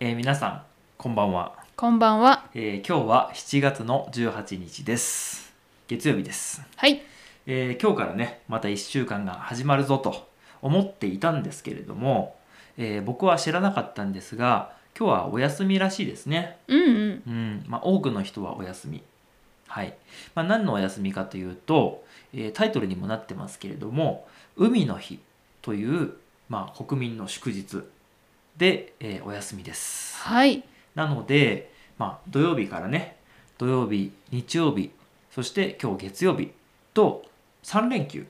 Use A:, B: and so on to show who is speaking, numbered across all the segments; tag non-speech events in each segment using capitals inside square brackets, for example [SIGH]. A: えー皆さんこんばんは、
B: こんばんは。
A: えー今日は7月の18日です月曜日です、
B: はい。
A: えー今日からねまた1週間が始まるぞと思っていたんですけれども、えー僕は知らなかったんですが今日はお休みらしいですね
B: うんうん。
A: うんまあ多くの人はお休みはい、まあ、何のお休みかというと、えータイトルにもなってますけれども「海の日」という、まあ、国民の祝日で、えーお休みです
B: はい。
A: なので、まあ、土曜日からね土曜日日曜日そして今日月曜日と3連休っ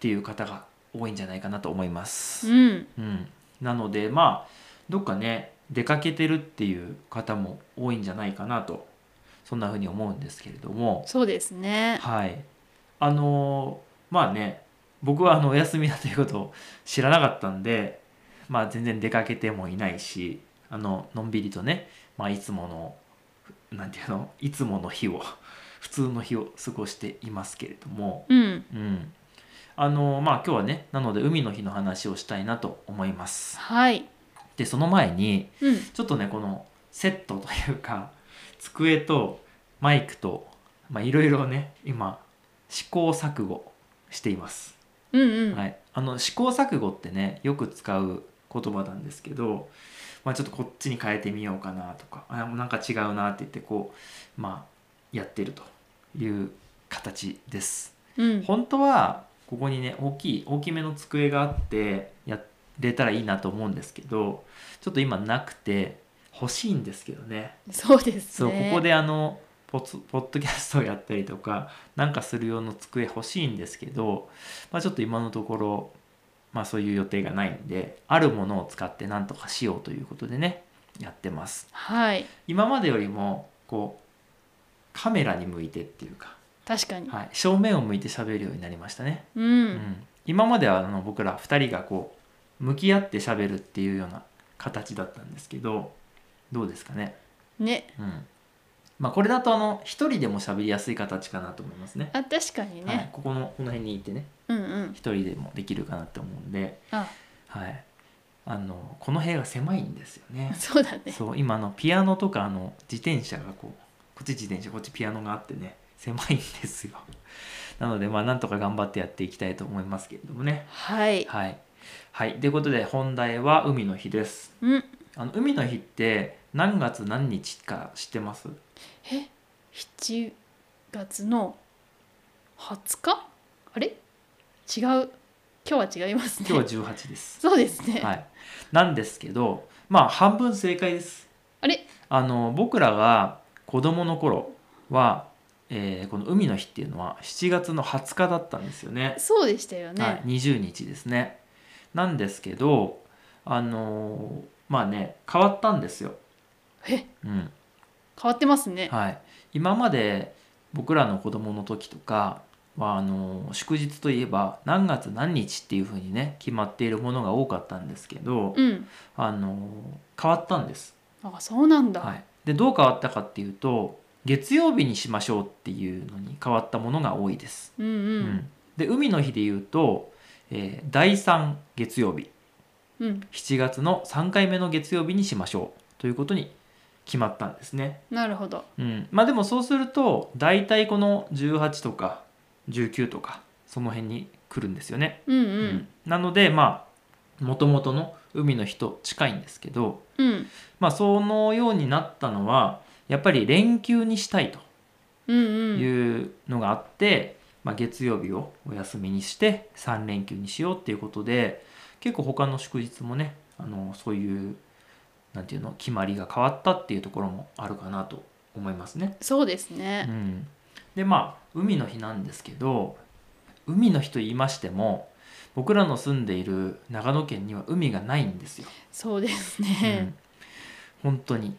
A: ていう方が多いんじゃないかなと思いま
B: う
A: す、
B: ん。
A: うん、なのでまあどっかね出かけてるっていう方も多いんじゃないかなとそんな風に思うんですけれども
B: そうですね。
A: はいあのーまあね僕はあのお休みだということを知らなかったんでまあ全然出かけてもいないしあののんびりとね、まあ、いつものなんていうのいつもの日を [LAUGHS] 普通の日を過ごしていますけれども
B: うん。
A: うんあのーまあ今日はねなので海の日の話をしたいなと思います
B: はい。
A: でその前に
B: うん。
A: ちょっとねこのセットというか [LAUGHS] 机とマイクとまあいろいろね今試行錯誤しています、
B: うんうん。。
A: はいい、あの試行錯誤ってねよく使う言葉なんですけど、まあ、ちょっとこっちに変えてみようかなとかあなんか違うなって言ってこうまあやってるという形です
B: うん。
A: 本当はここにね大きい大きめの机があってやれたらいいなと思うんですけどちょっと今なくて欲しいんですけどね
B: そうです
A: そう、
B: ね。
A: ここ。であのポツポッドキャストをやったりとかなんかする用の机欲しいんですけど、まあ、ちょっと今のところ、まあ、そういう予定がないんであるものを使ってなんとかしようということでねやってます
B: はい。
A: 今までよりもこうカメラに向いてっていうか、
B: 確かに。
A: はい、正面を向いて喋るようになりましたね
B: う。
A: うんん、今まではあの僕ら2人がこう向き合って喋るっていうような形だったんですけどどうですかね、
B: ね。
A: うんまあ、これだとあの1人でも喋りやすい形かなと思いますね
B: あ、確かに
A: はい
B: ね。、
A: ここのこの辺にいてね
B: うんうん
A: 1。人でもできるかなって思うんで、
B: あ、
A: はい、あのこの部屋が狭いんですよね
B: [LAUGHS] そうだね。
A: そう今あのピアノとかあの自転車がこうこっち自転車こっちピアノがあってね狭いんですよなのでまあなんとか頑張ってやっていきたいと思いますけれどもね
B: はい。
A: はい。はい。ということで本題は海の日です。
B: うん。
A: あの海の日って何月何日か知ってます？
B: え、七月の二十日？あれ？違う。今日は違いますね。
A: 今日は18です。
B: [LAUGHS] そうですね。
A: はい。なんですけど、まあ半分正解です。
B: あれ？
A: あの僕らが子供の頃は、えーこの海の日っていうのは7月の20日だったんですよね。
B: そうでしたよ
A: はい
B: ね。。
A: 20日ですね。なんですけど、あのーまあね変わったんですよ。
B: え、
A: うん。
B: 変わってますね。
A: はい、今まで僕らの子供の時とかはあの祝日といえば何月何日っていう風にね決まっているものが多かったんですけど、
B: うん。
A: あの変わったんです。
B: あ、そうなんだ。
A: はい、でどう変わったかっていうと月曜日にしましょうっていうのに変わったものが多いです。
B: うん
A: う
B: うん。
A: んで海の日で言うと、えー第3月曜日
B: うん、
A: 7月の3回目の月曜日にしましょうということに決まったんですね。
B: なるほど。
A: うん、まあでもそうすると大体この18とか19とかその辺に来るんですよね、
B: うんう。
A: うんなのでまあもともとの海の日と近いんですけど
B: うん。
A: まあそのようになったのはやっぱり連休にしたい
B: うん
A: と
B: うん。
A: いうのがあって、まあ、月曜日をお休みにして3連休にしようっていうことで結構他の祝日もねあのそういうなんていうの決まりが変わったっていうところもあるかなと思いますね。
B: そうですね
A: う。ん、でまあ海の日なんですけど海の日と言いましても僕らの住んでいる長野県には海がないんですよ、
B: そうです
A: う
B: ね
A: ん。本当に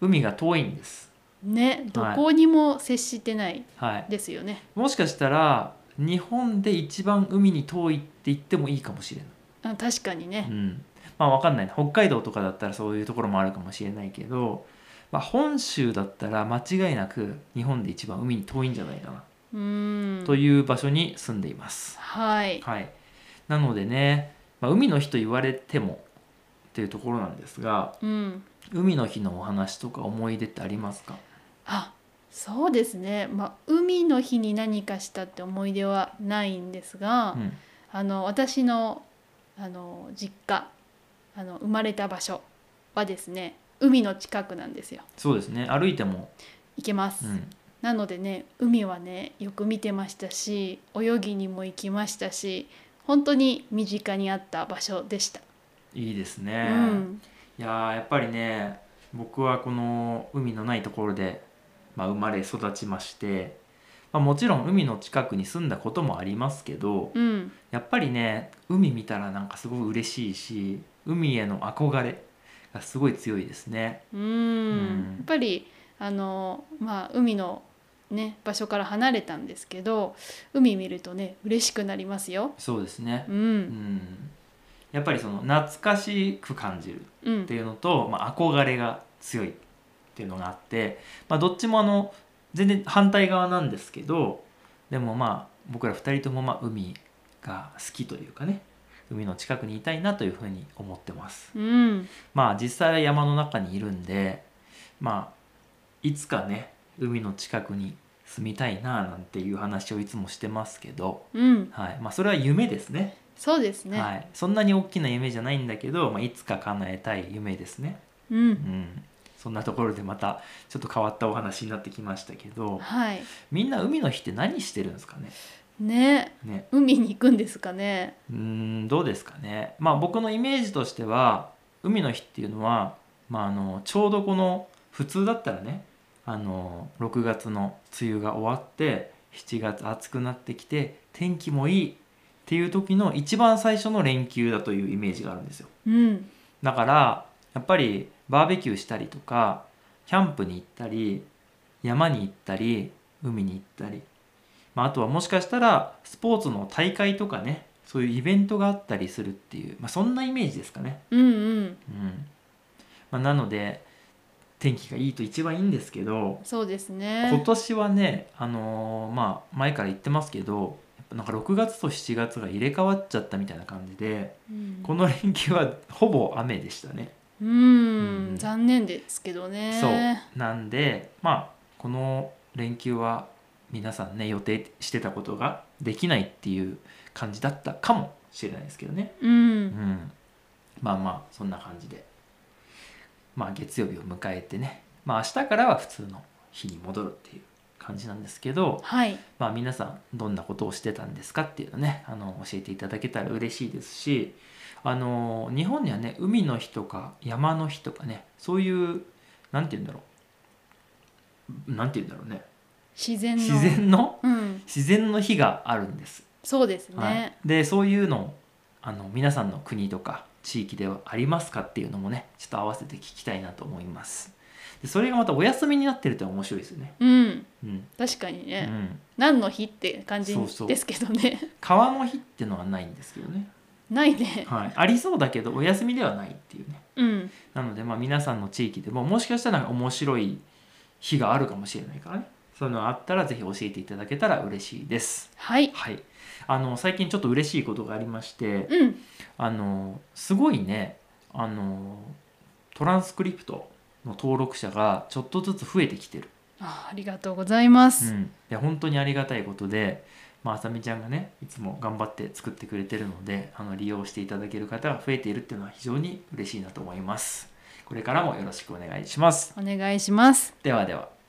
A: 海が遠いんです、
B: ね、どこにも接してない
A: はい、
B: ですよね。
A: もしかしたら日本で一番海に遠いって言ってもいいかもしれ
B: あ、確かに
A: ない、
B: ね。
A: うん、まあわかんない北海道とかだったらそういうところもあるかもしれないけど、まあ、本州だったら間違いなく日本で一番海に遠いんじゃないかな、
B: うーん。
A: という場所に住んでいます
B: はい。
A: はい、なのでね、まあ、海の日と言われてもっていうところなんですが
B: うん。
A: 海の日のお話とか思い出ってありますか
B: あそうですね、まあ、海の日に何かしたって思い出はないんですが、
A: うん
B: あの私のあの実家あの生まれた場所はですね海の近くなんですよ
A: そうですね歩いても、
B: 行けます、
A: うん、
B: なのでね海はねよく見てましたし泳ぎにも行きましたし本当に身近にあった場所でした、
A: いいですね、
B: うん、
A: いやーやっぱりね僕はこの海のないところで、まあ、生まれ育ちまして、まあ、もちろん海の近くに住んだこともありますけど
B: うん、
A: やっぱりね海見たらなんかすごく嬉しいし海への憧れがすごい強いですね。
B: う
A: うん
B: んやっぱりあの、まあ、海の、ね、場所から離れたんですけど海見るとね嬉しくなりますよ。
A: そうですね、
B: う
A: うんん、やっぱりその懐かしく感じる
B: う
A: っ
B: ん
A: ていうのと、まあ、憧れが強いっていうのがあって、まあ、どっちもあの全然反対側なんですけどでもまあ僕ら2人ともまあ海が好きというかね海の近くにいたいなというふうに思ってます
B: うん
A: まあ実際は山の中にいるんでまあいつかね海の近くに住みたいななんていう話をいつもしてますけど、
B: うん、
A: はいまあ、それは夢ですね
B: そうですね、
A: はい、そんなに大きな夢じゃないんだけど、まあ、いつか叶えたい夢ですね
B: う
A: うんん、そんなところでまたちょっと変わったお話になってきましたけど
B: はい、
A: みんな海の日って何してるんですかね
B: ね
A: ね
B: 海に行くんですかね。
A: うーんどうですかねまあ僕のイメージとしては海の日っていうのは、まあ、あのちょうどこの普通だったらねあの6月の梅雨が終わって7月暑くなってきて天気もいいっていう時の一番最初の連休だというイメージがあるんですよ。
B: うん
A: だからやっぱりバーベキューしたりとかキャンプに行ったり山に行ったり海に行ったり、まあ、あとはもしかしたらスポーツの大会とかねそういうイベントがあったりするっていう、まあ、そんなイメージですかね。
B: うんうん
A: うんまあ、なので天気がいいと一番いいんですけど
B: そうです
A: 今
B: ね。
A: 年はね、あのーまあ、前から言ってますけどやっぱなんか6月と7月が入れ替わっちゃったみたいな感じで
B: うん
A: この連休はほぼ雨でしたね。
B: うん
A: うん
B: 残念ですけどね。
A: そうなんでまあこの連休は皆さんね予定してたことができないっていう感じだったかもしれないですけどね、
B: う
A: うんん、まあまあそんな感じでまあ月曜日を迎えてねまあ明日からは普通の日に戻るっていう感じなんですけど
B: はい
A: まあ皆さんどんなことをしてたんですかっていうのねあの教えていただけたら嬉しいですしあの日本にはね海の日とか山の日とかねそういうなんて言うんだろうなんて言うんだろうね
B: 自然の
A: 自然の
B: うん
A: 自然の日があるんです。
B: そうですね。
A: はい、でそういうのあの皆さんの国とか地域ではありますかっていうのもねちょっと合わせて聞きたいなと思います。でそれがまたお休みになってるって面白いですよね。
B: うん
A: うん、
B: 確かに
A: う
B: ね、
A: ん、
B: 何の日って感じ
A: そうそう
B: ですけどね [LAUGHS]
A: 川の日ってのはないんですけどね。
B: ないね。
A: はい、ありそうだけどお休みではないっていうね
B: うん
A: なのでまあ皆さんの地域でももしかしたらなんか面白い日があるかもしれないからねそういうのあったらぜひ教えていただけたら嬉しいです
B: はい
A: はいあの最近ちょっと嬉しいことがありまして
B: うん
A: あのすごいねあのトランスクリプトの登録者がちょっとずつ増えてきてる
B: あありがとうございます。
A: うん、で本当にありがたいことで、まあさみちゃんがねいつも頑張って作ってくれてるのであの利用していただける方が増えているっていうのは非常に嬉しいなと思いますこれからもよろしくお願いします
B: お願いします。
A: ではでは